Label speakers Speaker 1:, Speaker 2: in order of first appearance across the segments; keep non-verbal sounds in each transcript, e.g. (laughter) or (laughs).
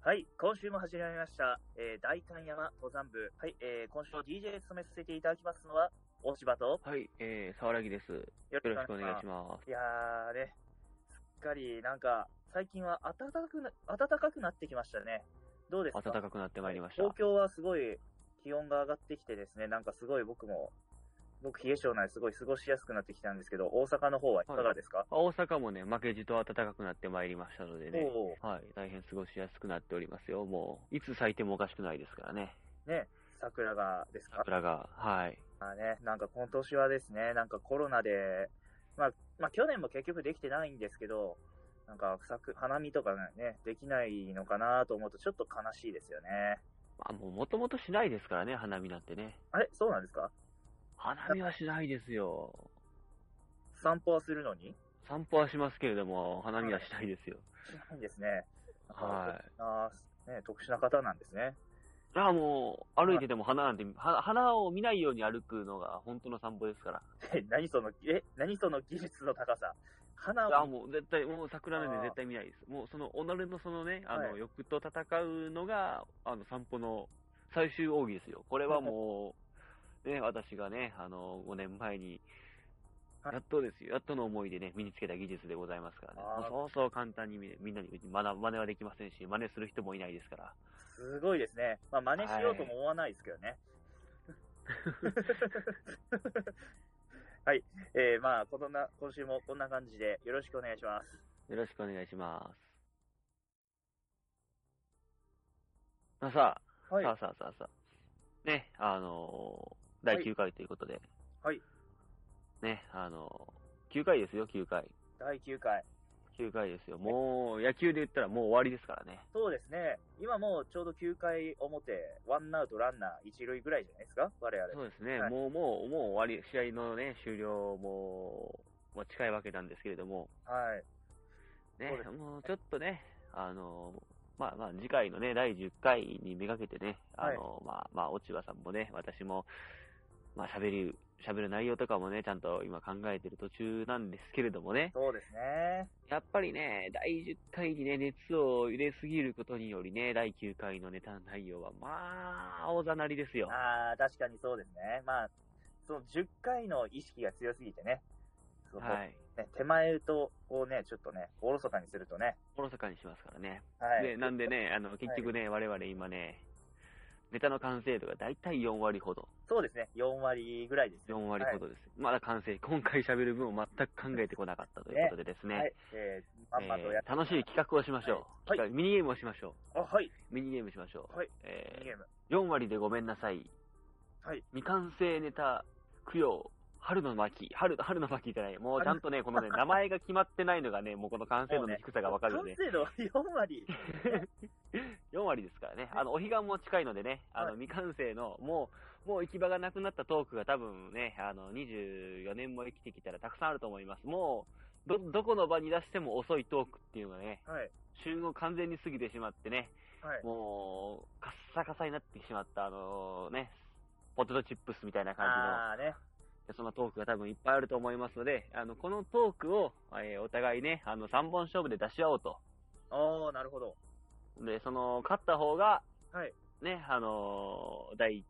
Speaker 1: はい、今週も始まりました、えー、大観山登山部。はい、えー、今週 DJ を務めさせていただきますのは、大柴と、
Speaker 2: はい、えー、沢良木です。よ
Speaker 1: よ。
Speaker 2: ろしくお願いします
Speaker 1: いやーね、すっかり、なんか、最近は暖かくな、暖かくなってきましたね。どうです
Speaker 2: す。
Speaker 1: か
Speaker 2: 暖かくなってまいりました。
Speaker 1: 東京はすごい気温が上がってきてですね、なんかすごい僕も、僕冷え性なんですごい過ごしやすくなってきたんですけど、大阪の方はいかがですか、
Speaker 2: 大阪もね、負けじと暖かくなってまいりましたのでね。
Speaker 1: おー
Speaker 2: はい、大変過ごしやすくなっておりますよ。もう、いつ咲いてもおかしくないですからね。
Speaker 1: ね、桜がですか
Speaker 2: 桜が、はい。
Speaker 1: まあね、なんか今年はですね、なんかコロナで、まあ、まあ去年も結局できてないんですけど、なんか咲く、花見とかね、できないのかなと思うとちょっと悲しいですよね。
Speaker 2: まあ、もう、もともとしないですからね、花見なんてね。
Speaker 1: あれそうなんですか
Speaker 2: 花見はしないですよ。
Speaker 1: 散歩はするのに
Speaker 2: 散歩はしますけれども、花見はしないですよ。
Speaker 1: しないんですね。。
Speaker 2: はい
Speaker 1: あーね、特殊な方なんですね。 (laughs)
Speaker 2: ああ、もう、歩いてても花なんて、は花を見ないように歩くのが本当の散歩ですから。
Speaker 1: え何その、え、何その技術の高さ。花
Speaker 2: あ
Speaker 1: を、
Speaker 2: もう絶対、もう桜な
Speaker 1: あ
Speaker 2: ん
Speaker 1: ー
Speaker 2: で絶対見ないです。もうその、己のそのね、あの、
Speaker 1: はい
Speaker 2: 欲と戦うのが、あの、散歩の最終奥義ですよ。これはもう、ね、私がね、あの、5年前に、
Speaker 1: はい
Speaker 2: やっとですよ、やっとの思いでね、身につけた技術でございますからね。
Speaker 1: あー
Speaker 2: もうそうそう簡単にみみんなに真似真似はできませんし、真似する人もいないですから。
Speaker 1: すごいですね。まあ、真似しようとも思わないですけどね。 (laughs) はい。えー、まあ、こんな、今週もこんな感じでよろしくお願いします。
Speaker 2: よろしくお願いします。まあさあ、
Speaker 1: は
Speaker 2: さあさあさあさあ。ね、あのー第9回ということで。
Speaker 1: はい
Speaker 2: ね、あのー、9回ですよ、9回。
Speaker 1: 第9回。
Speaker 2: 9回ですよ。もう、野球で言ったらもう終わりですからね。
Speaker 1: そうですね。今もうちょうど9回表、ワンアウトランナー1塁ぐらいじゃないですか我々。
Speaker 2: そうですね、
Speaker 1: はい
Speaker 2: もう、もう、もう終わり、試合のね、終了も、まあ、近いわけなんですけれども、
Speaker 1: はい。
Speaker 2: ね
Speaker 1: そうです、
Speaker 2: もうちょっとね、あのーまあまあ、次回のね、第10回にめがけてね、あのーまあまあ、落ち葉さんもね、私も、まあ、喋る、喋る内容とかもね、ちゃんと今考えてる途中なんですけれどもね、
Speaker 1: そうですね。
Speaker 2: やっぱりね、第10回にね、熱を入れすぎることによりね、第9回のネタの内容は、まあ、大ざなりですよ。
Speaker 1: ああ、確かにそうですね。まあ、その10回の意識が強すぎてね。その
Speaker 2: はい。
Speaker 1: ね、手前と、こうね、ちょっとね、おろそかにするとね。
Speaker 2: おろそかにしますからね。
Speaker 1: はい。
Speaker 2: で、なんでね、あの、結局ね、我々今ね、ネタの完成度がだいたい4割ほど。
Speaker 1: そうですね、4割ぐらいです
Speaker 2: 4
Speaker 1: よ。
Speaker 2: 割ほどです。まだ完成、今回喋る分を全く考えてこなかったということでですね、
Speaker 1: はい。えー、まんまとや
Speaker 2: えー楽しい企画をしましょう。
Speaker 1: はい
Speaker 2: 企画ミニゲームをしましょ
Speaker 1: あ、はい。
Speaker 2: う。ミニゲームしましょう。
Speaker 1: はい
Speaker 2: えー
Speaker 1: ゲーム。
Speaker 2: 4割でごめんなさい。
Speaker 1: はい。
Speaker 2: 未完成ネタ、供養、春の巻、春、春の巻じゃない。もうちゃんとね、このね、名前が決まってないのがね、もうこの完成度の低さがわかるよね。
Speaker 1: 完成度は4割。
Speaker 2: 4割ですからね。あの、お彼岸も近いのでね、あ
Speaker 1: は
Speaker 2: の、未完成の、もう、もう行き場がなくなったトークが多分ね、あの、24年も生きてきたらたくさんあると思います。もう、ど、どこの場に出しても遅いトークっていうのがね、
Speaker 1: はい。
Speaker 2: 旬を完全に過ぎてしまってね、
Speaker 1: はい。
Speaker 2: もう、カッサカサになってしまった、あのね、ポテトチップスみたいな感じの、
Speaker 1: あーね。
Speaker 2: そのトークが多分いっぱいあると思いますので、あの、このトークを、えーお互いね、あの、3本勝負で出し合おうと。
Speaker 1: おー、なるほど。
Speaker 2: で、その、勝った方が、
Speaker 1: はい
Speaker 2: ね、あのー第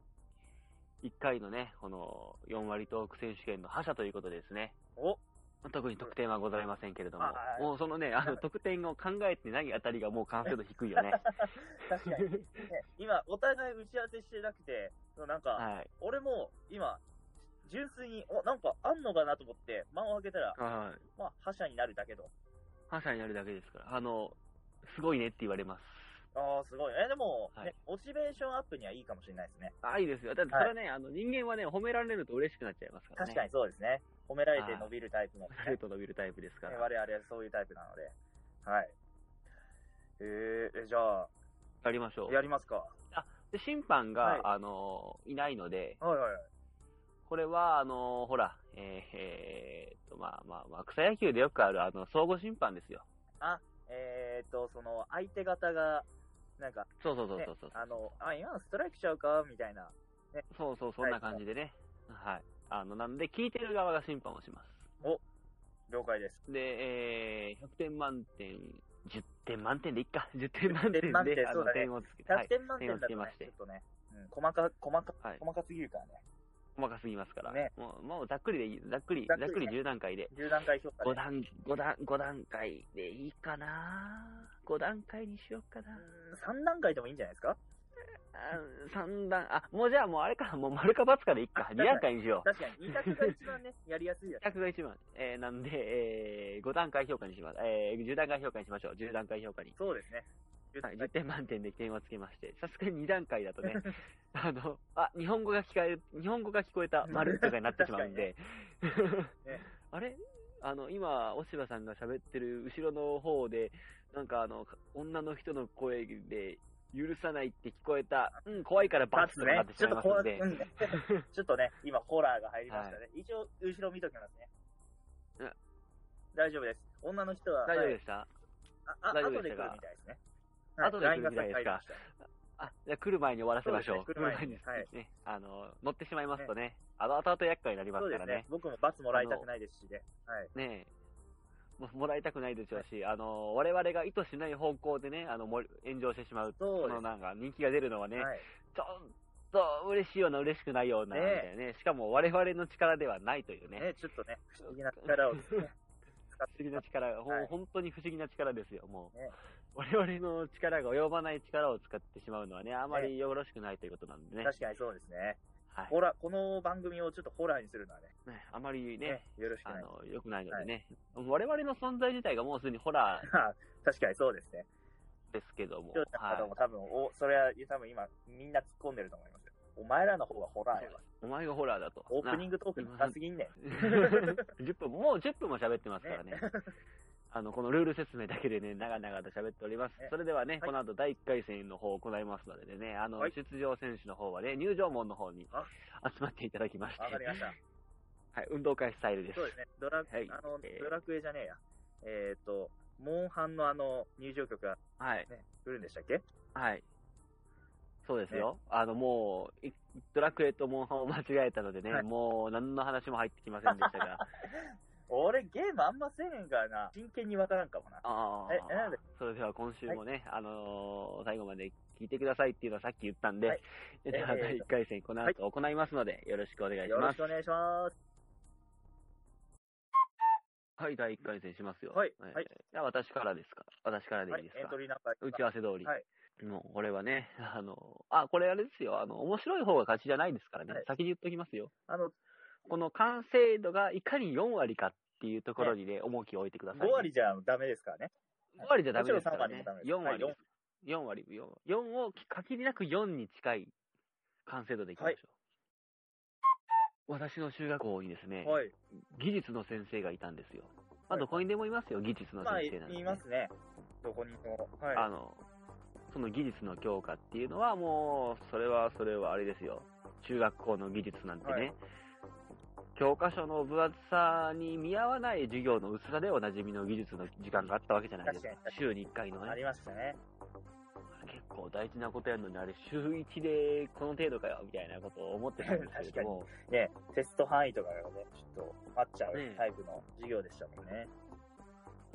Speaker 2: 1回のね、この、4割トーク選手権の覇者ということですね。
Speaker 1: お
Speaker 2: 特に得点はございませんけれども
Speaker 1: あは、い
Speaker 2: もうその
Speaker 1: (laughs)
Speaker 2: ね、あの、得点を考えてないあたりがもう完成度低いよね。
Speaker 1: 確
Speaker 2: (laughs)
Speaker 1: かに。ね、今、お互い打ち合わせしてなくて、そのなんか、
Speaker 2: はい。
Speaker 1: 俺も今、純粋に、お、なんかあんのかなと思って、間を開けたら、
Speaker 2: はい。
Speaker 1: まあ、覇者になるだけと。
Speaker 2: 覇者になるだけですから、あの、すごいねって言われます。
Speaker 1: ああ、すごい。え、でも、ね
Speaker 2: はい
Speaker 1: モチベーションアップにはいいかもしれないですね。
Speaker 2: ああ、いいですよ。だってそれはね、あの、人間はね、褒められると嬉しくなっちゃいますからね。
Speaker 1: 確かにそうですね。褒められて伸びるタイプ
Speaker 2: (laughs)
Speaker 1: の、ね、
Speaker 2: 褒められると伸びるタイプですから。
Speaker 1: 我々はそういうタイプなので。はい。えー、えじゃあ、
Speaker 2: やりましょう。
Speaker 1: やりますか。
Speaker 2: で審判が、
Speaker 1: はい
Speaker 2: あのいないので、
Speaker 1: はいはいはい。
Speaker 2: これは、あのほら、えーえーっと、まあまあまあ、草野球でよくある、あの、相互審判ですよ。
Speaker 1: えーっと、その、相手方が、なんか、
Speaker 2: そうそうそう
Speaker 1: ね
Speaker 2: そうそう。
Speaker 1: あの、あ、今のストライクちゃうかみたいな。
Speaker 2: そうそう、そんな感じでね。はい。あの、なんで、聞いてる側が審判をします。
Speaker 1: 了解です。
Speaker 2: で、えー、100点満点10点満点でいっか、10点 (laughs) 満点
Speaker 1: 10
Speaker 2: で、
Speaker 1: 点満点
Speaker 2: あ
Speaker 1: そう
Speaker 2: の
Speaker 1: だね
Speaker 2: 点をつけて、はい
Speaker 1: 100、点満点だと
Speaker 2: 点
Speaker 1: ね、
Speaker 2: をつけまして
Speaker 1: ちょっとね、うん、細か、細か、
Speaker 2: はい
Speaker 1: 細かすぎるからね。
Speaker 2: 細かすぎますから、
Speaker 1: ね
Speaker 2: もうもうざっくりでいい、ざっくり、
Speaker 1: ざ
Speaker 2: ざ
Speaker 1: っ
Speaker 2: っ
Speaker 1: く
Speaker 2: く
Speaker 1: り
Speaker 2: り
Speaker 1: ね
Speaker 2: 10段階で、
Speaker 1: 10段階評価
Speaker 2: 5
Speaker 1: で。
Speaker 2: 段、五段、五段階でいいかな5段階にしようかな
Speaker 1: 3段階でもいいんじゃないですか
Speaker 2: あ三段、あ、もうじゃあもうあれか、もう丸か×かでいっか
Speaker 1: あ、
Speaker 2: 2段階にしよう。
Speaker 1: 確かに、2択が一番
Speaker 2: (laughs)
Speaker 1: ね、やりやすいよね。
Speaker 2: 100が一番。えー、なんで、えー、5段階評価にします。えー、10段階評価にしましょう。10段階評価に。
Speaker 1: そうですね。10
Speaker 2: は
Speaker 1: 段
Speaker 2: い、10
Speaker 1: 階
Speaker 2: 点満点で点をつけまして、さすがに2段階だ
Speaker 1: (laughs)
Speaker 2: とね、あの、あ、日本語が聞かれ、日本語が聞こえた丸とかになってしまうんで、 (laughs)
Speaker 1: ね
Speaker 2: あれあの、今、おしばさんが喋ってる後ろの方で、なんかあの、女の人の声で、許さないって聞こえた、うん、怖いからバツとかなってし
Speaker 1: ちょ
Speaker 2: ま
Speaker 1: っ
Speaker 2: い
Speaker 1: とこ
Speaker 2: ますの
Speaker 1: う、
Speaker 2: で
Speaker 1: う、
Speaker 2: (laughs)
Speaker 1: んちょっとね、今、ホラーが入りましたね。一応、後ろ見ときますね
Speaker 2: うん。
Speaker 1: 大丈夫です。女の人は、
Speaker 2: 大丈夫
Speaker 1: はい
Speaker 2: でした
Speaker 1: ああ
Speaker 2: 大丈
Speaker 1: 後
Speaker 2: 夫
Speaker 1: で来る
Speaker 2: でしたか
Speaker 1: みたいですね。
Speaker 2: 後で来るみ
Speaker 1: はい LINE がさっき
Speaker 2: たいですか
Speaker 1: 入りました
Speaker 2: あ、じゃあ来る前に終わらせましょう。
Speaker 1: そうですね来る前に
Speaker 2: 来る前にね、あの、乗ってしまいますとね、あの、後々厄介になりま
Speaker 1: そ
Speaker 2: す
Speaker 1: うで
Speaker 2: か
Speaker 1: す
Speaker 2: ら
Speaker 1: ね
Speaker 2: ね。。
Speaker 1: 僕も罰もらいたくないですしね。はい。
Speaker 2: ねえ。ももらいたくないでしょうし、あの、我々が意図しない方向でね、あの、もう炎上してしまう。
Speaker 1: そうで
Speaker 2: の
Speaker 1: す
Speaker 2: なんか人気が出るのはね、
Speaker 1: はい。
Speaker 2: ちょっと嬉しいような嬉しくないような、み
Speaker 1: ね
Speaker 2: た
Speaker 1: え
Speaker 2: いなね。しかも我々の力ではないというね。
Speaker 1: ね、ちょっとね、不思議な力を、ね、
Speaker 2: (laughs)
Speaker 1: 使っ
Speaker 2: 不思議な力、ほん
Speaker 1: はい
Speaker 2: 本当に不思議な力ですよ、もう。
Speaker 1: ね
Speaker 2: 我々の力が及ばない力を使ってしまうのはね、あまりよろしくないということなんでね。
Speaker 1: 確かにそうですね。
Speaker 2: はい
Speaker 1: ホラーこの番組をちょっとホラーにするのはね、
Speaker 2: ねあまりね、
Speaker 1: ねよろしく
Speaker 2: あ
Speaker 1: ない。
Speaker 2: の、良くないのでね、我々の存在自体がもうすでにホラ
Speaker 1: 確かにそうですね。
Speaker 2: ーですけども
Speaker 1: 視聴、者の方
Speaker 2: はい
Speaker 1: も多分、お、それは多分今、みんな突っ込んでると思いますよ。お前らの方がホラーやわ。
Speaker 2: お前がホラーだと。
Speaker 1: オープニングトークに深すぎんねん。
Speaker 2: な (laughs) 10分、もう10分も喋ってますからね。あの、このルール説明だけでね、長々と喋っております
Speaker 1: ね。
Speaker 2: それではね、
Speaker 1: い
Speaker 2: この後第1回戦の方を行いますのでね、あの
Speaker 1: はい、
Speaker 2: 出場選手の方はね、入場門の方に
Speaker 1: あ
Speaker 2: 集まっていただきまして、
Speaker 1: わかりました。
Speaker 2: はい、運動会スタイルです
Speaker 1: そう。ですね。ドラ、
Speaker 2: はい
Speaker 1: あの、
Speaker 2: えー
Speaker 1: ドラクエじゃねえや。えっ、と、モンハンのあの、入場曲が
Speaker 2: はい、
Speaker 1: ね、来るんでしたっけ
Speaker 2: はい。そうですよ。あの、もう、いドラクエとモンハンを間違えたのでね、
Speaker 1: はい
Speaker 2: もう、何の話も入ってきませんでし
Speaker 1: (laughs)
Speaker 2: たが、
Speaker 1: 俺ゲームあんませえへんからな。真剣にわからんかもな。
Speaker 2: あ
Speaker 1: ええなんで
Speaker 2: あ、それでは今週もね、あのー最後まで聞いてくださいっていうのはさっき言ったんで、 (laughs)
Speaker 1: はい
Speaker 2: では
Speaker 1: えー
Speaker 2: 第1回戦、この後行いますので、よろしくお願いし
Speaker 1: よろ
Speaker 2: ま
Speaker 1: し
Speaker 2: す
Speaker 1: くお。願いします。
Speaker 2: はい、第1回戦しますよ。
Speaker 1: はい
Speaker 2: えー
Speaker 1: はい
Speaker 2: じゃあ私からですか。私からでいいです
Speaker 1: エン
Speaker 2: か。
Speaker 1: トリーナンバー
Speaker 2: 打ち合わせ通り。
Speaker 1: はい
Speaker 2: もう、これはね、あのあ、これあれですよ。あの、面白い方が勝ちじゃないですからね。
Speaker 1: はい
Speaker 2: 先に言っときますよ。
Speaker 1: あの、
Speaker 2: この完成度がいかに4割かっていうところにね、重きを置いてください
Speaker 1: 5
Speaker 2: ね、
Speaker 1: 割じゃダメですからね。
Speaker 2: 5割じゃダメですから
Speaker 1: も
Speaker 2: ね
Speaker 1: ちろん。三
Speaker 2: 4
Speaker 1: 割もダメです
Speaker 2: 割です。4割、4割。4を限りなく4に近い完成度でいきましょう。私の中学校にですね、
Speaker 1: はい。
Speaker 2: 技術の先生がいたんですよ。
Speaker 1: は
Speaker 2: まあ、
Speaker 1: い
Speaker 2: どこにでもいますよ、技術の
Speaker 1: まあ、
Speaker 2: 先
Speaker 1: 言
Speaker 2: 生なんてね、
Speaker 1: いますね。どこにも。はい。
Speaker 2: あの、その技術の強化っていうのはもう、それはそれはあれですよ。中学校の技術なんてね、
Speaker 1: はい
Speaker 2: 教科書の分厚さに見合わない授業の薄さでおなじみの技術の時間があったわけじゃないですか
Speaker 1: 確かに。
Speaker 2: 週に1回のね
Speaker 1: あ。りましたね。
Speaker 2: 結構大事なことやるのに、あれ、週1でこの程度かよ、みたいなことを思ってたんです
Speaker 1: (laughs)
Speaker 2: けれども、
Speaker 1: ね、テスト範囲とかがね、ちょっと待っちゃ
Speaker 2: ね
Speaker 1: う
Speaker 2: え
Speaker 1: タイプの授業でしたもんね。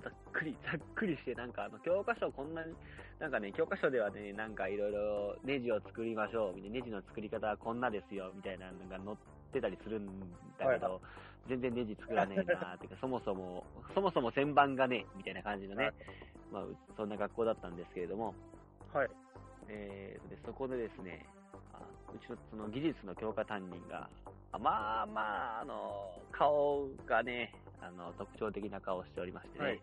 Speaker 2: ざっくり、ざっくりして、なんかあの、教科書こんなに、なんかね、教科書ではね、なんかいろいろネジを作りましょう、みたいな、ネジの作り方はこんなですよ、みたいなのが載ってたりするんだ
Speaker 1: は
Speaker 2: け
Speaker 1: いは
Speaker 2: ど、全然ネジ作らねえなーっていうか、そもそも、そもそも旋盤がね、みたいな感じの
Speaker 1: は
Speaker 2: ね
Speaker 1: い、
Speaker 2: まあ、うそんな学校だったんですけれども、
Speaker 1: はい。
Speaker 2: えー、でそこでですね、あうちのその技術の教科担任が、あまあまあ、あの、顔がね、あの、特徴的な顔をしておりましてね、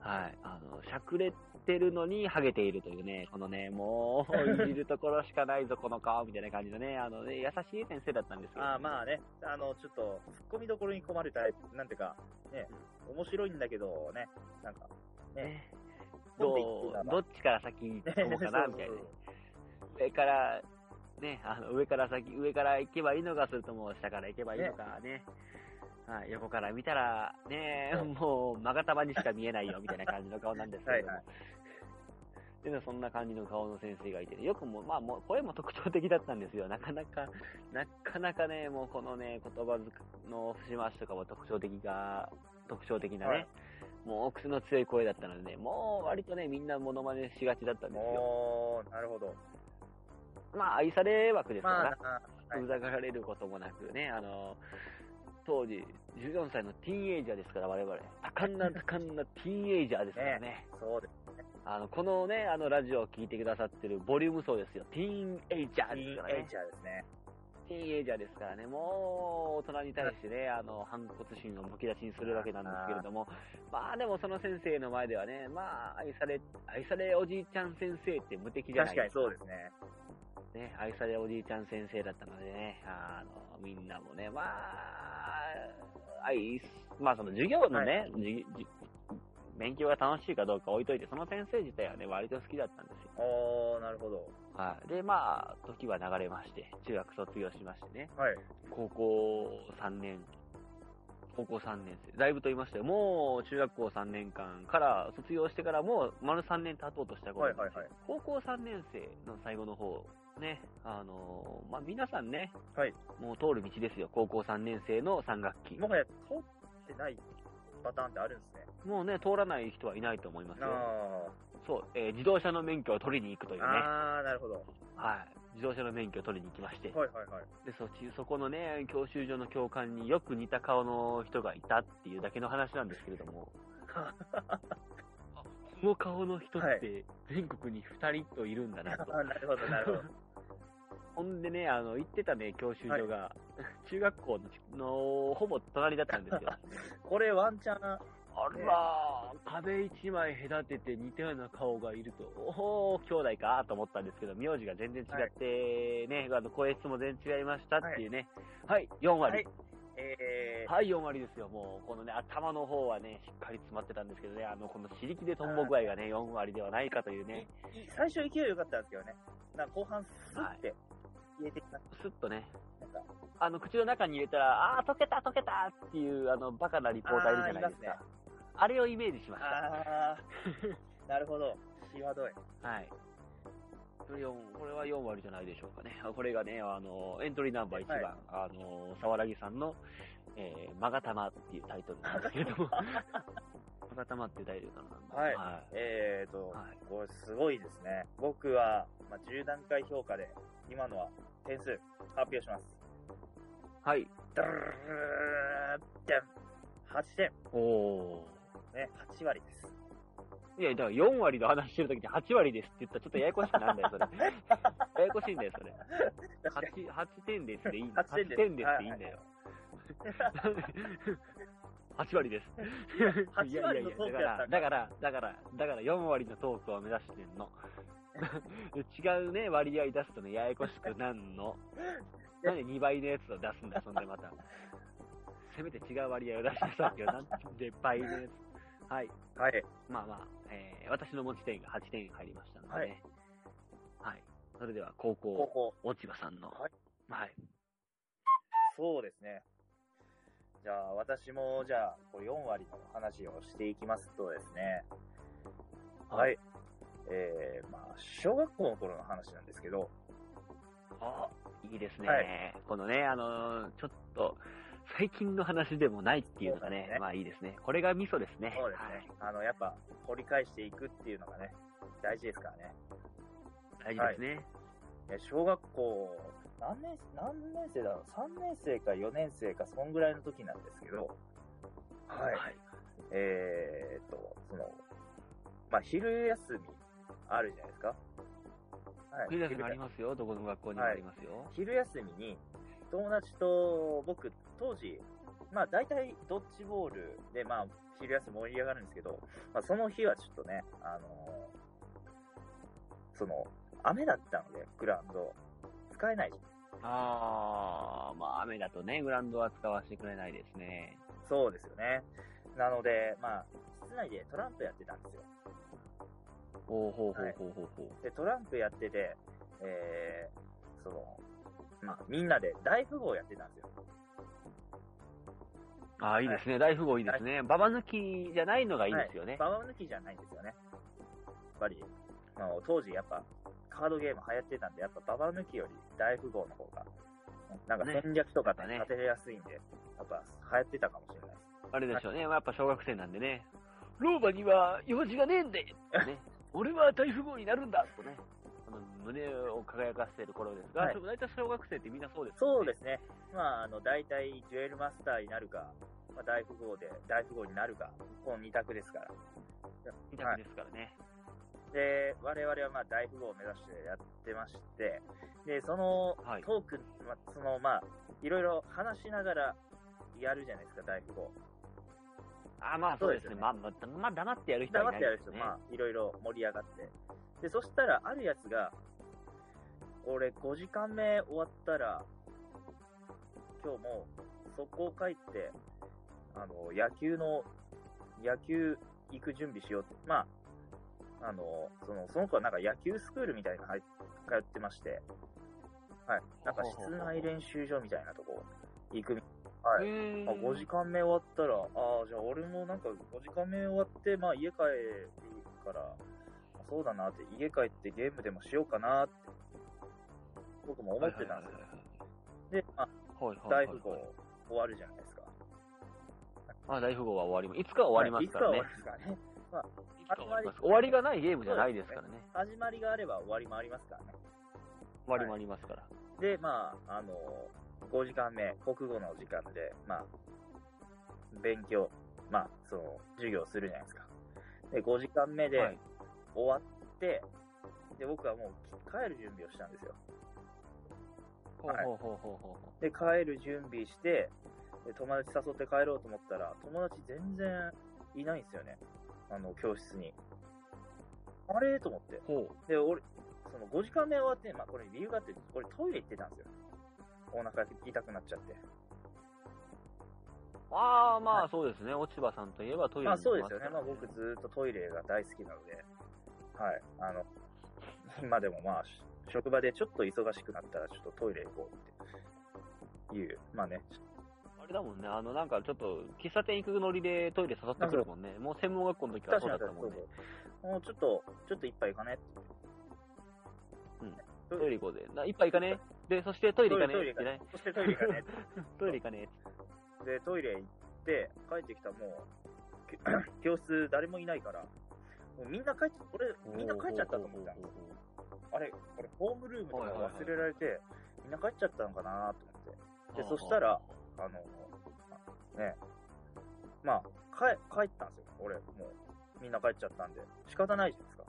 Speaker 2: はい、あの、しゃくれてるのにハゲているというね、このね、もう、いじるところしかないぞ、この顔、みたいな感じのね、あのね、優しい先生だったんですけど、
Speaker 1: ああ、まあね、あの、ちょっと、突っ込みどころに困るタイプ、なんていうか、ね、面白いんだけど、ね、なんか、
Speaker 2: ね、
Speaker 1: ど
Speaker 2: ど
Speaker 1: う
Speaker 2: う、どっちから先行こうかな、み
Speaker 1: (laughs)
Speaker 2: たいな。上から、ね、あの上から先、上から行けばいいのか、それとも下から行けばいいのかね。はい、横から見たら、ね
Speaker 1: そう、
Speaker 2: もう、まがたまにしか見えないよ、みたいな感じの顔なんですけれども。
Speaker 1: はいは
Speaker 2: でね、そんな感じの顔の先生がいてね、よくも、まあ、もう、声も特徴的だったんですよ。なかなか、なかなかね、もうこのね、言葉づくの節回しとかも特徴的が、特徴的なね、
Speaker 1: はい
Speaker 2: もう、クスの強い声だったのでね、もう割とね、みんなモノマネしがちだったんですよ。
Speaker 1: おー、なるほど。
Speaker 2: まあ、愛され枠です
Speaker 1: まあ
Speaker 2: か
Speaker 1: な、は
Speaker 2: ら、
Speaker 1: いう
Speaker 2: ざがられることもなくね、あの、当時、14歳のティーンエイジャーですから、我々。多感な多感なティーンエイジャーですからね。
Speaker 1: そうです。
Speaker 2: あの、このね、あの、ラジオを聞いてくださってるボリューム層ですよ。ティーンエイジャー
Speaker 1: ティ
Speaker 2: ですか
Speaker 1: ーン
Speaker 2: ら
Speaker 1: エ
Speaker 2: ね
Speaker 1: イ。ジャーですね。
Speaker 2: ティーンエイジャーですからね、もう、大人に対してね、あの、反骨心をむき出しにするわけなんですけれども、まあでもその先生の前ではね、まあ、愛され、愛されおじいちゃん先生って無敵じゃない
Speaker 1: 確か
Speaker 2: で
Speaker 1: に
Speaker 2: す
Speaker 1: そ
Speaker 2: か。
Speaker 1: うですね。
Speaker 2: ね、愛されおじいちゃん先生だったのでね、あの、みんなもね、まあ、愛す、まあその授業のね、じじ勉強が楽しいかどうか置いといて、その先生自体はね、割と好きだったんですよ。
Speaker 1: おー、なるほど。
Speaker 2: はい。で、まあ、時は流れまして、中学卒業しましてね、
Speaker 1: はい。
Speaker 2: 高校3年、高校3年生、だいぶと言いましたよ。もう中学校3年間から、卒業してからもう丸3年経とうとした頃、
Speaker 1: はいはいはい。
Speaker 2: 高校3年生の最後の方、ね、あのーまあ、皆さんね、
Speaker 1: はい
Speaker 2: もう通る道ですよ。高校3年生の3学期。
Speaker 1: もはや通ってないパターンってあるんですね。
Speaker 2: もうね、通らない人はいないと思います
Speaker 1: あ
Speaker 2: よ。そう、えー自動車の免許を取りに行くという
Speaker 1: ー、
Speaker 2: ね。
Speaker 1: あーなるほど。は
Speaker 2: はい。自動車の免許を取りに行きまして。
Speaker 1: いはいはい。
Speaker 2: で、そっち、そこのね、教習所の教官によく似た顔の人がいたっていうだけの話なんですけれど
Speaker 1: (laughs)
Speaker 2: も。あこの顔の人
Speaker 1: は
Speaker 2: って、全国に2人といるんだなと。
Speaker 1: あなるほど、な
Speaker 2: (laughs)
Speaker 1: るほど。
Speaker 2: ほんでね、あの、行ってたね、教習所が、 (laughs) 中学校のちのほぼ隣だったんですよ。
Speaker 1: これワンチャン、あ
Speaker 2: (laughs) あらー、壁一枚隔てて似たような顔がいると、おー、兄弟かと思ったんですけど、名字が全然違って、ね、あの、声質も全然違いましたっていうね。はい、4割。
Speaker 1: はいえー、
Speaker 2: はい、4割ですよ。もう、このね、頭の方はね、しっかり詰まってたんですけどね、あの、この自力でトンボ具合がね、4割ではないかというね、
Speaker 1: いい最初勢い良かったんですけどね。なんか後半、スッて入れてきた。
Speaker 2: スッとね、
Speaker 1: なんか、
Speaker 2: あの、口の中に入れたら、あー、溶けた、溶けたっていう、あの、バカなリポーターいるじゃないですか。
Speaker 1: あーい
Speaker 2: あ
Speaker 1: ま
Speaker 2: れをイメージしまし
Speaker 1: あー、なるほど。際どい。
Speaker 2: た。はい。これ4これは4割じゃないでしょうかね。あこれがね、あの、エントリーナンバー1番、
Speaker 1: は
Speaker 2: あの、沢良木さんの、えー、マガタマっていうタイトルなんですけれど
Speaker 1: (laughs)
Speaker 2: も、マガタマっていうタイトルなんです
Speaker 1: はい
Speaker 2: はい
Speaker 1: えーと、
Speaker 2: はい
Speaker 1: これすごいですね。僕は、まあ、10段階評価で、今のは点数発表します。
Speaker 2: はい。
Speaker 1: ダルルルルルル8点。
Speaker 2: おー。
Speaker 1: ね、8割です。
Speaker 2: いや、だから4割の話してるときに8割ですって言ったらちょっとややこしくなんだよ、そ
Speaker 1: (laughs)
Speaker 2: れ。ややこしいんだよ、それ。
Speaker 1: 確かに。
Speaker 2: 8, 8点ですでいいんだよ。
Speaker 1: 8
Speaker 2: 8点ですでいいんだよ。8割です。
Speaker 1: 8割のトーク
Speaker 2: だ
Speaker 1: やった
Speaker 2: から、だから、だから、だから4割のトークを目指してんの。違うね、割合出すとね、ややこしくなんの。なんで2倍のやつを出すんだよ、そんでまた。せめて違う割合を出してさっきよ。なんで倍のやつ。はい。
Speaker 1: はい。
Speaker 2: まあまあ、えー私の持ち点が8点入りましたのでね。はい。それでは、高
Speaker 1: こ
Speaker 2: 校、
Speaker 1: こ。
Speaker 2: 落ち葉さんの。
Speaker 1: はい。
Speaker 2: はい。
Speaker 1: そうですね。じゃあ、私も、じゃあ、これ4割の話をしていきますとですね。は。
Speaker 2: はい
Speaker 1: えー、まあ、小学校の頃の話なんですけど、
Speaker 2: あ、いいですね。
Speaker 1: は
Speaker 2: このね、あのーちょっと、最近の話でもないっていうの
Speaker 1: そ
Speaker 2: が
Speaker 1: う
Speaker 2: ね、
Speaker 1: ですね
Speaker 2: まあいいですね。これがミソですね。
Speaker 1: そうですね。あの、やっぱ、掘り返していくっていうのがね、大事ですからね。
Speaker 2: はい。大事ですね。
Speaker 1: ね小学校、何年、何年生だろう ?3 年生か4年生か、そんぐらいの時なんですけど、はい。えーっと、その、まあ、昼休みあるじゃないですか。はい
Speaker 2: 冬休みありますよ。どこの学校にもありますよ。
Speaker 1: 昼休みに、友達と僕、当時、まあ大体ドッジボールで、まあ昼休み盛り上がるんですけど、まあその日はちょっとね、あのーその、雨だったので、グラウンド、使えないじゃん
Speaker 2: ああ、まあ雨だとね、グラウンドは使わせてくれないですね。
Speaker 1: そうですよね。なので、まあ、室内でトランプやってたんですよ。
Speaker 2: ほうほうほうほうほうほう。
Speaker 1: で、トランプやってて、えー、その、まあ、みんなで大富豪やってたんですよ。
Speaker 2: ああ、いいですね。大富豪いいですね。ババ抜きじゃないのがいいですよね。
Speaker 1: ババ抜きじゃないんですよね。やっぱり、あの当時やっぱ、カードゲーム流行ってたんで、やっぱババ抜きより大富豪の方が、なんか
Speaker 2: ね
Speaker 1: 戦略とかって
Speaker 2: やっぱね
Speaker 1: 立てやすいんで、やっぱ流行ってたかもしれないです。
Speaker 2: あれでしょうね。まあやっぱ小学生なんでね。老婆には用事がねえんで、ね、 (laughs) 俺は大富豪になるんだとね、あの胸を輝かせてる頃ですが、
Speaker 1: はい
Speaker 2: でも大体小学生ってみんなそうです、。
Speaker 1: そうですすね。まあ、あの、大体、デュエルマスターになるか、まあ、大富豪で、大富豪になるか、この二択ですから。
Speaker 2: 二択ですからね。
Speaker 1: で、我々はまあ大富豪を目指してやってまして、で、その
Speaker 2: はい
Speaker 1: トーク、まあ、そのまあ、いろいろ話しながらやるじゃないですか、大富豪。
Speaker 2: あ、まあそうですね。
Speaker 1: そうですよね
Speaker 2: まあ、まあ、まあ、黙ってやる人は
Speaker 1: 黙っ
Speaker 2: いな
Speaker 1: てやる
Speaker 2: いです
Speaker 1: 人、
Speaker 2: ね。
Speaker 1: まあ、いろいろ盛り上がって。で、そしたら、あるやつが、俺5時間目終わったら、今日もう速攻帰って、あの、野球の、野球行く準備しようって。まあ、あの、その、その子はなんか野球スクールみたいなの入っ通ってまして、はい。なんか室内練習場みたいなとこ行くみはい
Speaker 2: へー
Speaker 1: あ5時間目終わったら、ああ、じゃあ俺もなんか5時間目終わって、まあ家帰るから、そうだなって、家帰ってゲームでもしようかなって、僕も思ってたんですよ。で、まあ、
Speaker 2: はいはいはい
Speaker 1: 大
Speaker 2: はい。はいはいはい
Speaker 1: 富豪終わるじゃないですか。
Speaker 2: まあ、大富豪は終わりま、いつかは終わりますからね。
Speaker 1: はいいつかは終わりますからね。
Speaker 2: いつか終わります。終わりがないゲームじゃないですからね。
Speaker 1: 始まりがあれば終わりもありますからね。
Speaker 2: 終わりもありますから。
Speaker 1: で、まあ、あの、5時間目、国語の時間で、まあ、勉強、まあ、その、授業するじゃないですか。で、5時間目で、
Speaker 2: はい
Speaker 1: 終わって、で、僕はもう帰る準備をしたんですよ。
Speaker 2: ほうほうほうほうほ
Speaker 1: で、帰る準備して、で友達誘って帰ろうと思ったら、友達全然いないんですよね。あの、教室に。あれと思って。
Speaker 2: う。ほ
Speaker 1: で、俺、その5時間目終わって、まあこれ理由があって、俺トイレ行ってたんですよ。お腹痛くなっちゃって。
Speaker 2: う。ああ、ま
Speaker 1: は
Speaker 2: あそうですね。落ち葉さんといえばトイレ
Speaker 1: まあ
Speaker 2: に行き
Speaker 1: そうで
Speaker 2: ますすか
Speaker 1: よね。
Speaker 2: ら
Speaker 1: まあ僕ずっとトイレが大好きなので、はい。あの、 (laughs) 今でもまあ、し職場でちょっと忙しくなったらちょっとトイレ行こうっていう、まあね、
Speaker 2: あれだもんね。あの、なんかちょっと、喫茶店行くノリでトイレ誘ってくるもんね。もう専門学校の時から
Speaker 1: 確
Speaker 2: そう
Speaker 1: か
Speaker 2: だ
Speaker 1: に
Speaker 2: った
Speaker 1: 確か
Speaker 2: もん
Speaker 1: に
Speaker 2: ね。
Speaker 1: そうもうちょっと、ちょっと一杯行かねって。そう
Speaker 2: トイレ行こうぜ。な、一杯行かねで、そしてトイレ行かね
Speaker 1: トイレ
Speaker 2: ってね。
Speaker 1: そしてトイレ行かねって。
Speaker 2: トイレ行かね
Speaker 1: で、ト
Speaker 2: (laughs)
Speaker 1: イレ行って、帰ってきたらもう、き (coughs) 教室誰もいないから、もうみんな帰っちゃ、俺、みんな帰っちゃったと思ったんですよ。あれ、俺、ホームルームとか忘れられて、みんな帰っちゃったのかなと思って。でそしたら、あの、あね、まあ、帰、帰ったんですよ。俺、もう、みんな帰っちゃったんで、仕方ないじゃないですか。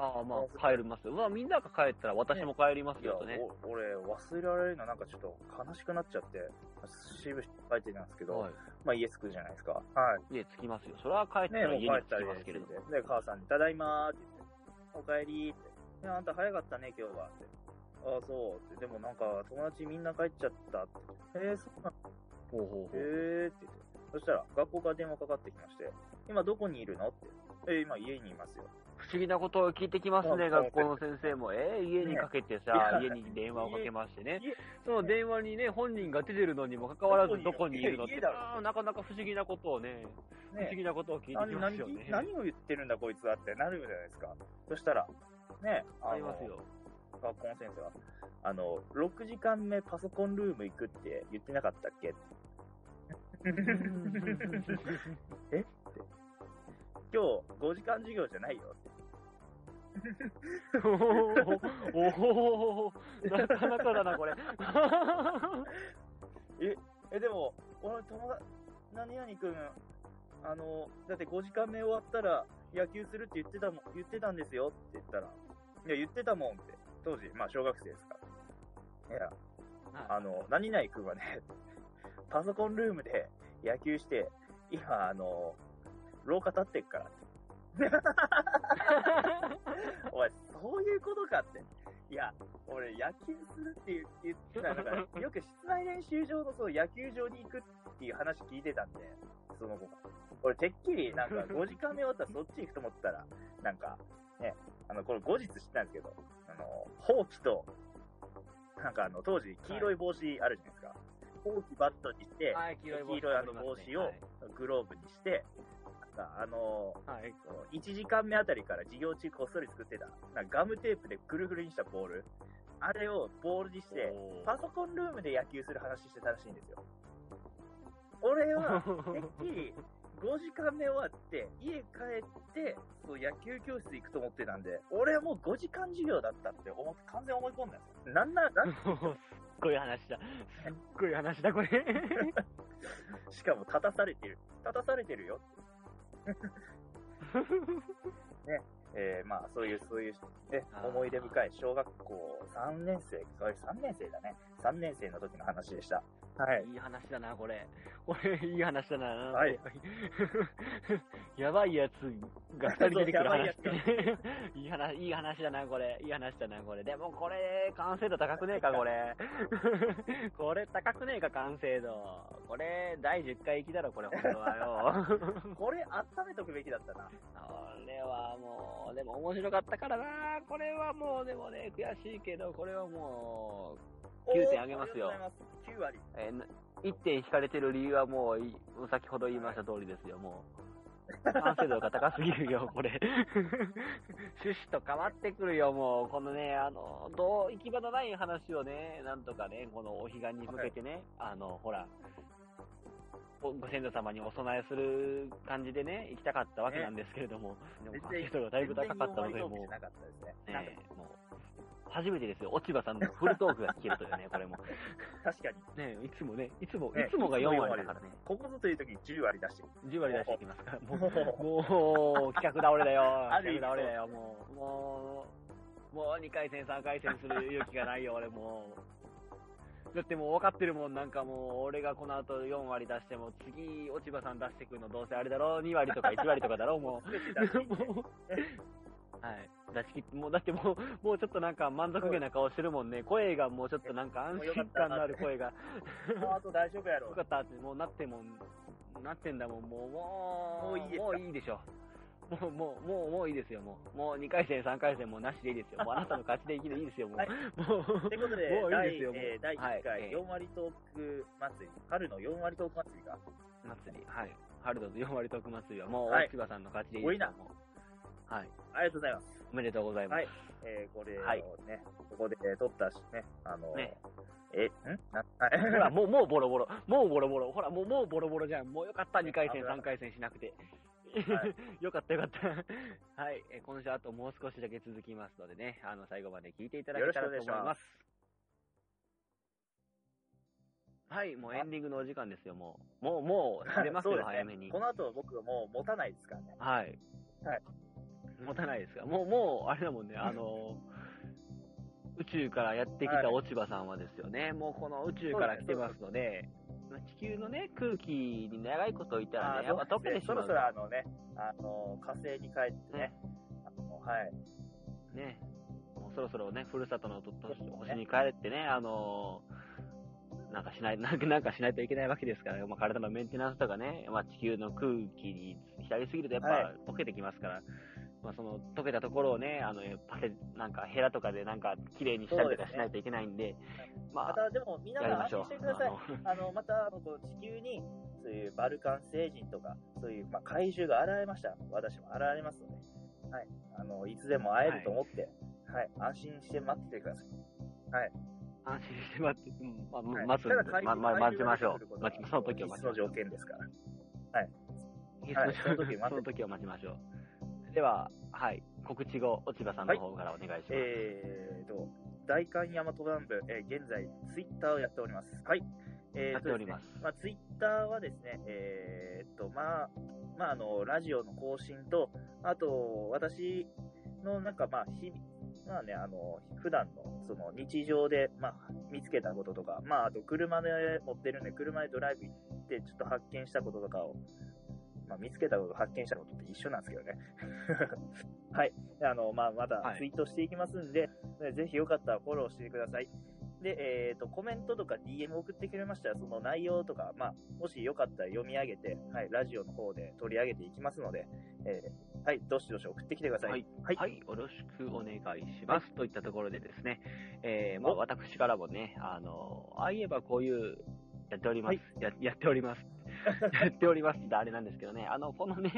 Speaker 2: ああ、まあ、帰ります。まあ、みんなが帰ったら私も帰ります
Speaker 1: いや
Speaker 2: よとね。、
Speaker 1: お俺、忘れられるのなんかちょっと悲しくなっちゃって、しぶしぶ帰ってたんですけど、
Speaker 2: はい。
Speaker 1: まあ家着くじゃないですか。はい。
Speaker 2: 家着きますよ。それは帰った
Speaker 1: ね、
Speaker 2: ら
Speaker 1: もう
Speaker 2: 家に
Speaker 1: 帰
Speaker 2: 着
Speaker 1: った
Speaker 2: き
Speaker 1: り
Speaker 2: ますけれども。
Speaker 1: で、母さんに、ただいまーって言って、お帰りーって。ねあんた早かったね、今日はって。ああ、そうって。でもなんか、友達みんな帰っちゃったって。えー、そうなん
Speaker 2: ほうほうほう。
Speaker 1: えーって言って。そしたら、学校から電話かかってきまして、今どこにいるのって。えー、今家にいますよ。
Speaker 2: 不思議なことを聞いてきます
Speaker 1: そう
Speaker 2: ね、学校の先生も。えー家にかけてさ、
Speaker 1: ね
Speaker 2: 家に電話をかけましてね
Speaker 1: 家。
Speaker 2: その電話にね、本人が出てるのにもかかわらず、ど
Speaker 1: ど
Speaker 2: こ
Speaker 1: こ
Speaker 2: に
Speaker 1: に
Speaker 2: い
Speaker 1: い
Speaker 2: る
Speaker 1: る
Speaker 2: のって
Speaker 1: 家、だろ
Speaker 2: あーなかなか不思議なことをね、不思
Speaker 1: ね
Speaker 2: 議なことを聞いてき
Speaker 1: 何
Speaker 2: ま
Speaker 1: 何
Speaker 2: すよね。
Speaker 1: 何を言ってるんだこいつはってなるじゃないですか。そしたら、ね、
Speaker 2: あ
Speaker 1: の
Speaker 2: りますよ。
Speaker 1: 学校の先生は、あの、6時間目パソコンルーム行くって言ってなかったっ
Speaker 2: (laughs)
Speaker 1: け今日5時間授業じゃないよって。
Speaker 2: おおーなかなかだな、これ。
Speaker 1: え、でも、俺友達、何々くん、あの、だって5時間目終わったら野球するって言ってたもん、言ってたんですよって言ったら、いや、言ってたもんって、当時、まあ小学生ですから。いや、
Speaker 2: (laughs)
Speaker 1: あの、何々くんはね、パソコンルームで野球して、今、あの、廊下立ってっからって。 (laughs) おい、そういうことかって。いや、俺、野球するって言ってたのが、
Speaker 2: (laughs)
Speaker 1: よく室内練習場のその野球場に行くっていう話聞いてたんで、その子が。俺、てっきり、なんか、5時
Speaker 2: (laughs)
Speaker 1: 間目終わったらそっち行くと思ったら、なんか、ね、あの、これ後日知ったんですけど、あの、ほうきと、なんかあの、当時、黄色い帽子あるじゃないですか。ほうきバットにして、
Speaker 2: はい、黄色い帽子
Speaker 1: 黄色いあの帽子をグローブにして、なんかあの、
Speaker 2: はい。
Speaker 1: その1時間目あたりから授業中こっそり作ってた、なんかガムテープでぐるぐるにしたボール、あれをボールにして、パソコン
Speaker 2: (laughs)
Speaker 1: ルームで野球する話してたらしいんですよ。俺は、てっきり5時間目終わって、家帰って、そう、野球教室行くと思ってたんで、俺はもう5時間授業だったって思って、完全に思い込んだんですよ。なんなら、なん
Speaker 2: もうすっごい話だ。すっごい話だ、これ。
Speaker 1: しかも立たされてる。立たされてるよ。えー、まあ、そういう、そういう、ね
Speaker 2: あ、ー
Speaker 1: 思い出深い小学校3年生、あれ3年生だね。3年生の時の話でした。はい。
Speaker 2: いい話だな、これ。これ、いい話だな。
Speaker 1: はい。
Speaker 2: やばいやつが二人出てくる話
Speaker 1: そうや
Speaker 2: いい話、いい話だな、これ。いい話だな、これ。でも、これ、完成度高くねえか、これ。これ、高くねえか、完成度。これ、第10回行きだろ、これ、本当はよ。
Speaker 1: これ、温めとくべきだったな。
Speaker 2: これはもう、でも面白かったからな。これはもう、でもね、悔しいけど、これはもう、9点あげますよ
Speaker 1: おーありがとうございます9割。
Speaker 2: えーな1点引かれてる理由はもうい、先ほど言いました通りですよ、もう。完成度が高すぎ
Speaker 1: (laughs)
Speaker 2: るよ、これ。趣旨と変わってくるよ、もう。このね、あの、どう、行き場のない話をね、なんとかね、このお彼岸に向けてね、あの、ほら、ごご先祖様にお供えする感じでね、行きたかったわけなんですけれども、でも完成度がだいぶ高かったので、も
Speaker 1: 全然弱い
Speaker 2: う
Speaker 1: トークじゃ、なかったですね。なんか
Speaker 2: ね、もう、初めてですよ、落ち葉さんのフルトークが聞けるというね、これも。
Speaker 1: 確かに、
Speaker 2: ねいつもね、いつも、
Speaker 1: ね
Speaker 2: いつもが
Speaker 1: いつも
Speaker 2: 4
Speaker 1: 四
Speaker 2: 割
Speaker 1: 割
Speaker 2: だからね。
Speaker 1: ここぞという時に10割出してる。
Speaker 2: 10割出していきます
Speaker 1: (laughs)
Speaker 2: から、もう、
Speaker 1: も
Speaker 2: もう、企画倒れだ
Speaker 1: (laughs)
Speaker 2: よ、
Speaker 1: ある意
Speaker 2: 企
Speaker 1: 味
Speaker 2: 画倒れだよ、もう、もう、もう2回戦、3回戦する勇気がないよ、俺もう。だってもう分かってるもん、なんかもう、俺がこの後4割出しても、次、落ち葉さん出してくるのどうせあれだろ、2割とか1割とかだろ、もう。
Speaker 1: う、全て出していって
Speaker 2: もうはい。出し切って、もう、だってもう、もうちょっとなんか満足げな顔してるもんね。声がもうちょっとなんか安心感のある声が、
Speaker 1: もうあと大丈夫やろ
Speaker 2: (laughs) よ。かったって、もうなってもん、なってんだもん、もう、もう、
Speaker 1: もういいですか
Speaker 2: もういいでしょ。もう、もう、もう、もういいですよ、もう。もう2回戦、3回戦もうなしでいいですよ。もうあ
Speaker 1: (laughs)
Speaker 2: なたの勝ちでいいでいいですよ、もう。
Speaker 1: はい
Speaker 2: もう
Speaker 1: ということで
Speaker 2: も、ういいですよ
Speaker 1: 第えー第1
Speaker 2: もうはい
Speaker 1: 回4割トーク祭り、春の4割トーク祭りが、
Speaker 2: 祭り、はい。春の4割特祭りはもう、
Speaker 1: はい
Speaker 2: 大柴さんの勝ちでいいですよ、
Speaker 1: 多いな
Speaker 2: もう。はい。
Speaker 1: ありがとうございます。
Speaker 2: おめでとうございます。
Speaker 1: はいえー、これをね、
Speaker 2: はい
Speaker 1: ここで撮ったしね、あの、
Speaker 2: ね
Speaker 1: え、んな
Speaker 2: ほら、もう、もうボロボロ。もうボロボロ。ほら、もう、もうボロボロじゃん。もうよかった、2回戦、3回戦しなくて。 (laughs) よかった、よかった。はい。えー今週あともう少しだけ続きますのでね、あの、最後まで聞いていただけたらと思い
Speaker 1: よろしくお願
Speaker 2: ま
Speaker 1: い
Speaker 2: す。はい、もうエンディングのお時間ですよ、もう。もう、もう、出ますよ、
Speaker 1: (laughs) そうですね
Speaker 2: 早めに
Speaker 1: こ。の後僕もう持たないですからね。
Speaker 2: はい。
Speaker 1: はい
Speaker 2: 持たないですが、もう、もう、あれだもんね、あの、宇宙からやってきた落ち葉さんはですよね、もうこの宇宙から来てますので、まあ地球のね、空気に長いこといたらね、やっぱ
Speaker 1: そう
Speaker 2: 溶け
Speaker 1: で
Speaker 2: て
Speaker 1: すね
Speaker 2: し
Speaker 1: そ
Speaker 2: ま
Speaker 1: ろ
Speaker 2: う
Speaker 1: そろあのね、あの、火星に帰ってね、あのはい。
Speaker 2: ね、もうそろそろね、ふるさとのとと星に帰ってね、あのーなんかしない、 (laughs) なんかなんかしないといけないわけですから、まあ、体のメンテナンスとかね、まあ、地球の空気に浸りすぎるとやっ
Speaker 1: は
Speaker 2: ぱ溶けてきますから、まあ、その溶けたところをね、あの、パセ、なんかヘラとかでなんか綺麗にしたりとかしないといけないんで、ま
Speaker 1: また、でも皆
Speaker 2: あ、
Speaker 1: さ
Speaker 2: やり
Speaker 1: ん
Speaker 2: ま
Speaker 1: 安
Speaker 2: しょう
Speaker 1: 心してくださ。い。
Speaker 2: あの
Speaker 1: あの、また、あのこの地球に、そういうバルカン星人とか、そういう、まあ、怪獣が現れました。私も現れますので、はい。あの、いつでも会えると思って、はい、安心して待っててください。
Speaker 2: 安心して待って、うんまあ、
Speaker 1: はい
Speaker 2: 待つんで
Speaker 1: ただ怪
Speaker 2: ま、
Speaker 1: 獣
Speaker 2: ま、待ちましょ
Speaker 1: 怪
Speaker 2: う。
Speaker 1: 獣が出
Speaker 2: 待
Speaker 1: てく
Speaker 2: ち
Speaker 1: ることは必須の
Speaker 2: その時を待ちましょう
Speaker 1: 条。件ですから。はい
Speaker 2: その時
Speaker 1: その
Speaker 2: を待ちましょう。では、はい、告知後、落葉さんの方からお願いします。
Speaker 1: えーと、大韓大和南部、えー現在、ツイッターをやっております。はい。え
Speaker 2: や
Speaker 1: ー
Speaker 2: っ
Speaker 1: とで
Speaker 2: てお
Speaker 1: す
Speaker 2: り
Speaker 1: ね
Speaker 2: ます。
Speaker 1: まあ、ツイッターはですね、えーっと、まあ、まあ、あの、ラジオの更新と、あと、私の、なんか、まあ、日々、まあね、あの、普段の、その、日常で、まあ、見つけたこととか、まあ、あと、車で持ってるんで、車でドライブ行って、ちょっと発見したこととかを、まあ、見つけたこと、発見したことって一緒なんですけどね。 (laughs) はい。あの、まあ、また
Speaker 2: は、い
Speaker 1: ツイートしていきますんで、ねぜひよかったらフォローしてください。で、えっ、と、コメントとか DM 送ってくれましたら、その内容とか、まあ、もしよかったら読み上げて、はい、ラジオの方で取り上げていきますので、えーはい、どしどし送ってきてください。
Speaker 2: はい。
Speaker 1: はい
Speaker 2: はい、よろしくお願いします。といったところでですね、えー、まあ、
Speaker 1: お
Speaker 2: 私からもね、あの、ああいえばこういう、やっております。
Speaker 1: はい
Speaker 2: ややってお
Speaker 1: (laughs)
Speaker 2: ります。やっておりますってあれなんですけどね、あの、このね、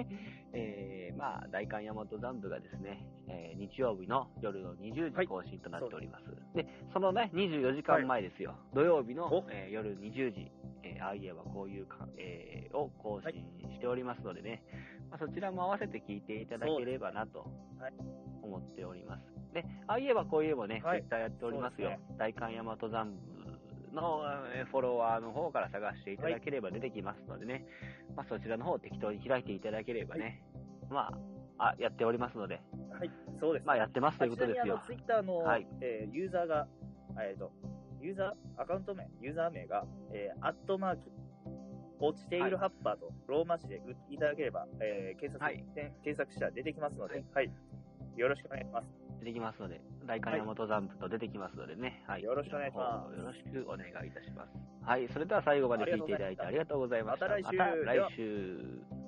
Speaker 2: えー、まあ、大韓大和残部がですね、えー日曜日の夜の
Speaker 1: は
Speaker 2: 20時
Speaker 1: い
Speaker 2: 更新となっております。で、そのね、24時間前ですよ、土曜日の
Speaker 1: お、
Speaker 2: えー夜20時、えーああいえばこういうか、えーを更新しておりますのでね、まあ、そちらも合わせて聞いていただければなと
Speaker 1: はい
Speaker 2: 思っております。で、ああいえばこういえばね、
Speaker 1: はい
Speaker 2: Twitter やっておりますよ。
Speaker 1: そうで
Speaker 2: 大観山登山部のえーフォロワーの方から探していただければ出てきますのでね、まあ、そちらの方を適当に開いていただければね、まあ、あ、やっておりますので、
Speaker 1: はい、そうです。
Speaker 2: まあ、やってますという
Speaker 1: まあち
Speaker 2: こと
Speaker 1: なみに
Speaker 2: です
Speaker 1: あの
Speaker 2: よ。
Speaker 1: ツイッターの、
Speaker 2: はい
Speaker 1: えーユーザーが、えっ、と、ユーザー、アカウント名、ユーザー名が、えーアットマーク、落ちているハッパーと、ローマ字で打っていただければ、えー検索、
Speaker 2: はい
Speaker 1: 検索したら出てきますので、
Speaker 2: は
Speaker 1: はい
Speaker 2: い、
Speaker 1: よろしくお願いします。
Speaker 2: 出てきますので、大観山登山部と出てきますのでね、はい。
Speaker 1: よろしくお願いします
Speaker 2: よろしくお願いいたします。はい。それでは最後まで聞いていただいてあ
Speaker 1: あ
Speaker 2: り
Speaker 1: り
Speaker 2: がとうございました。
Speaker 1: また来週
Speaker 2: また来週。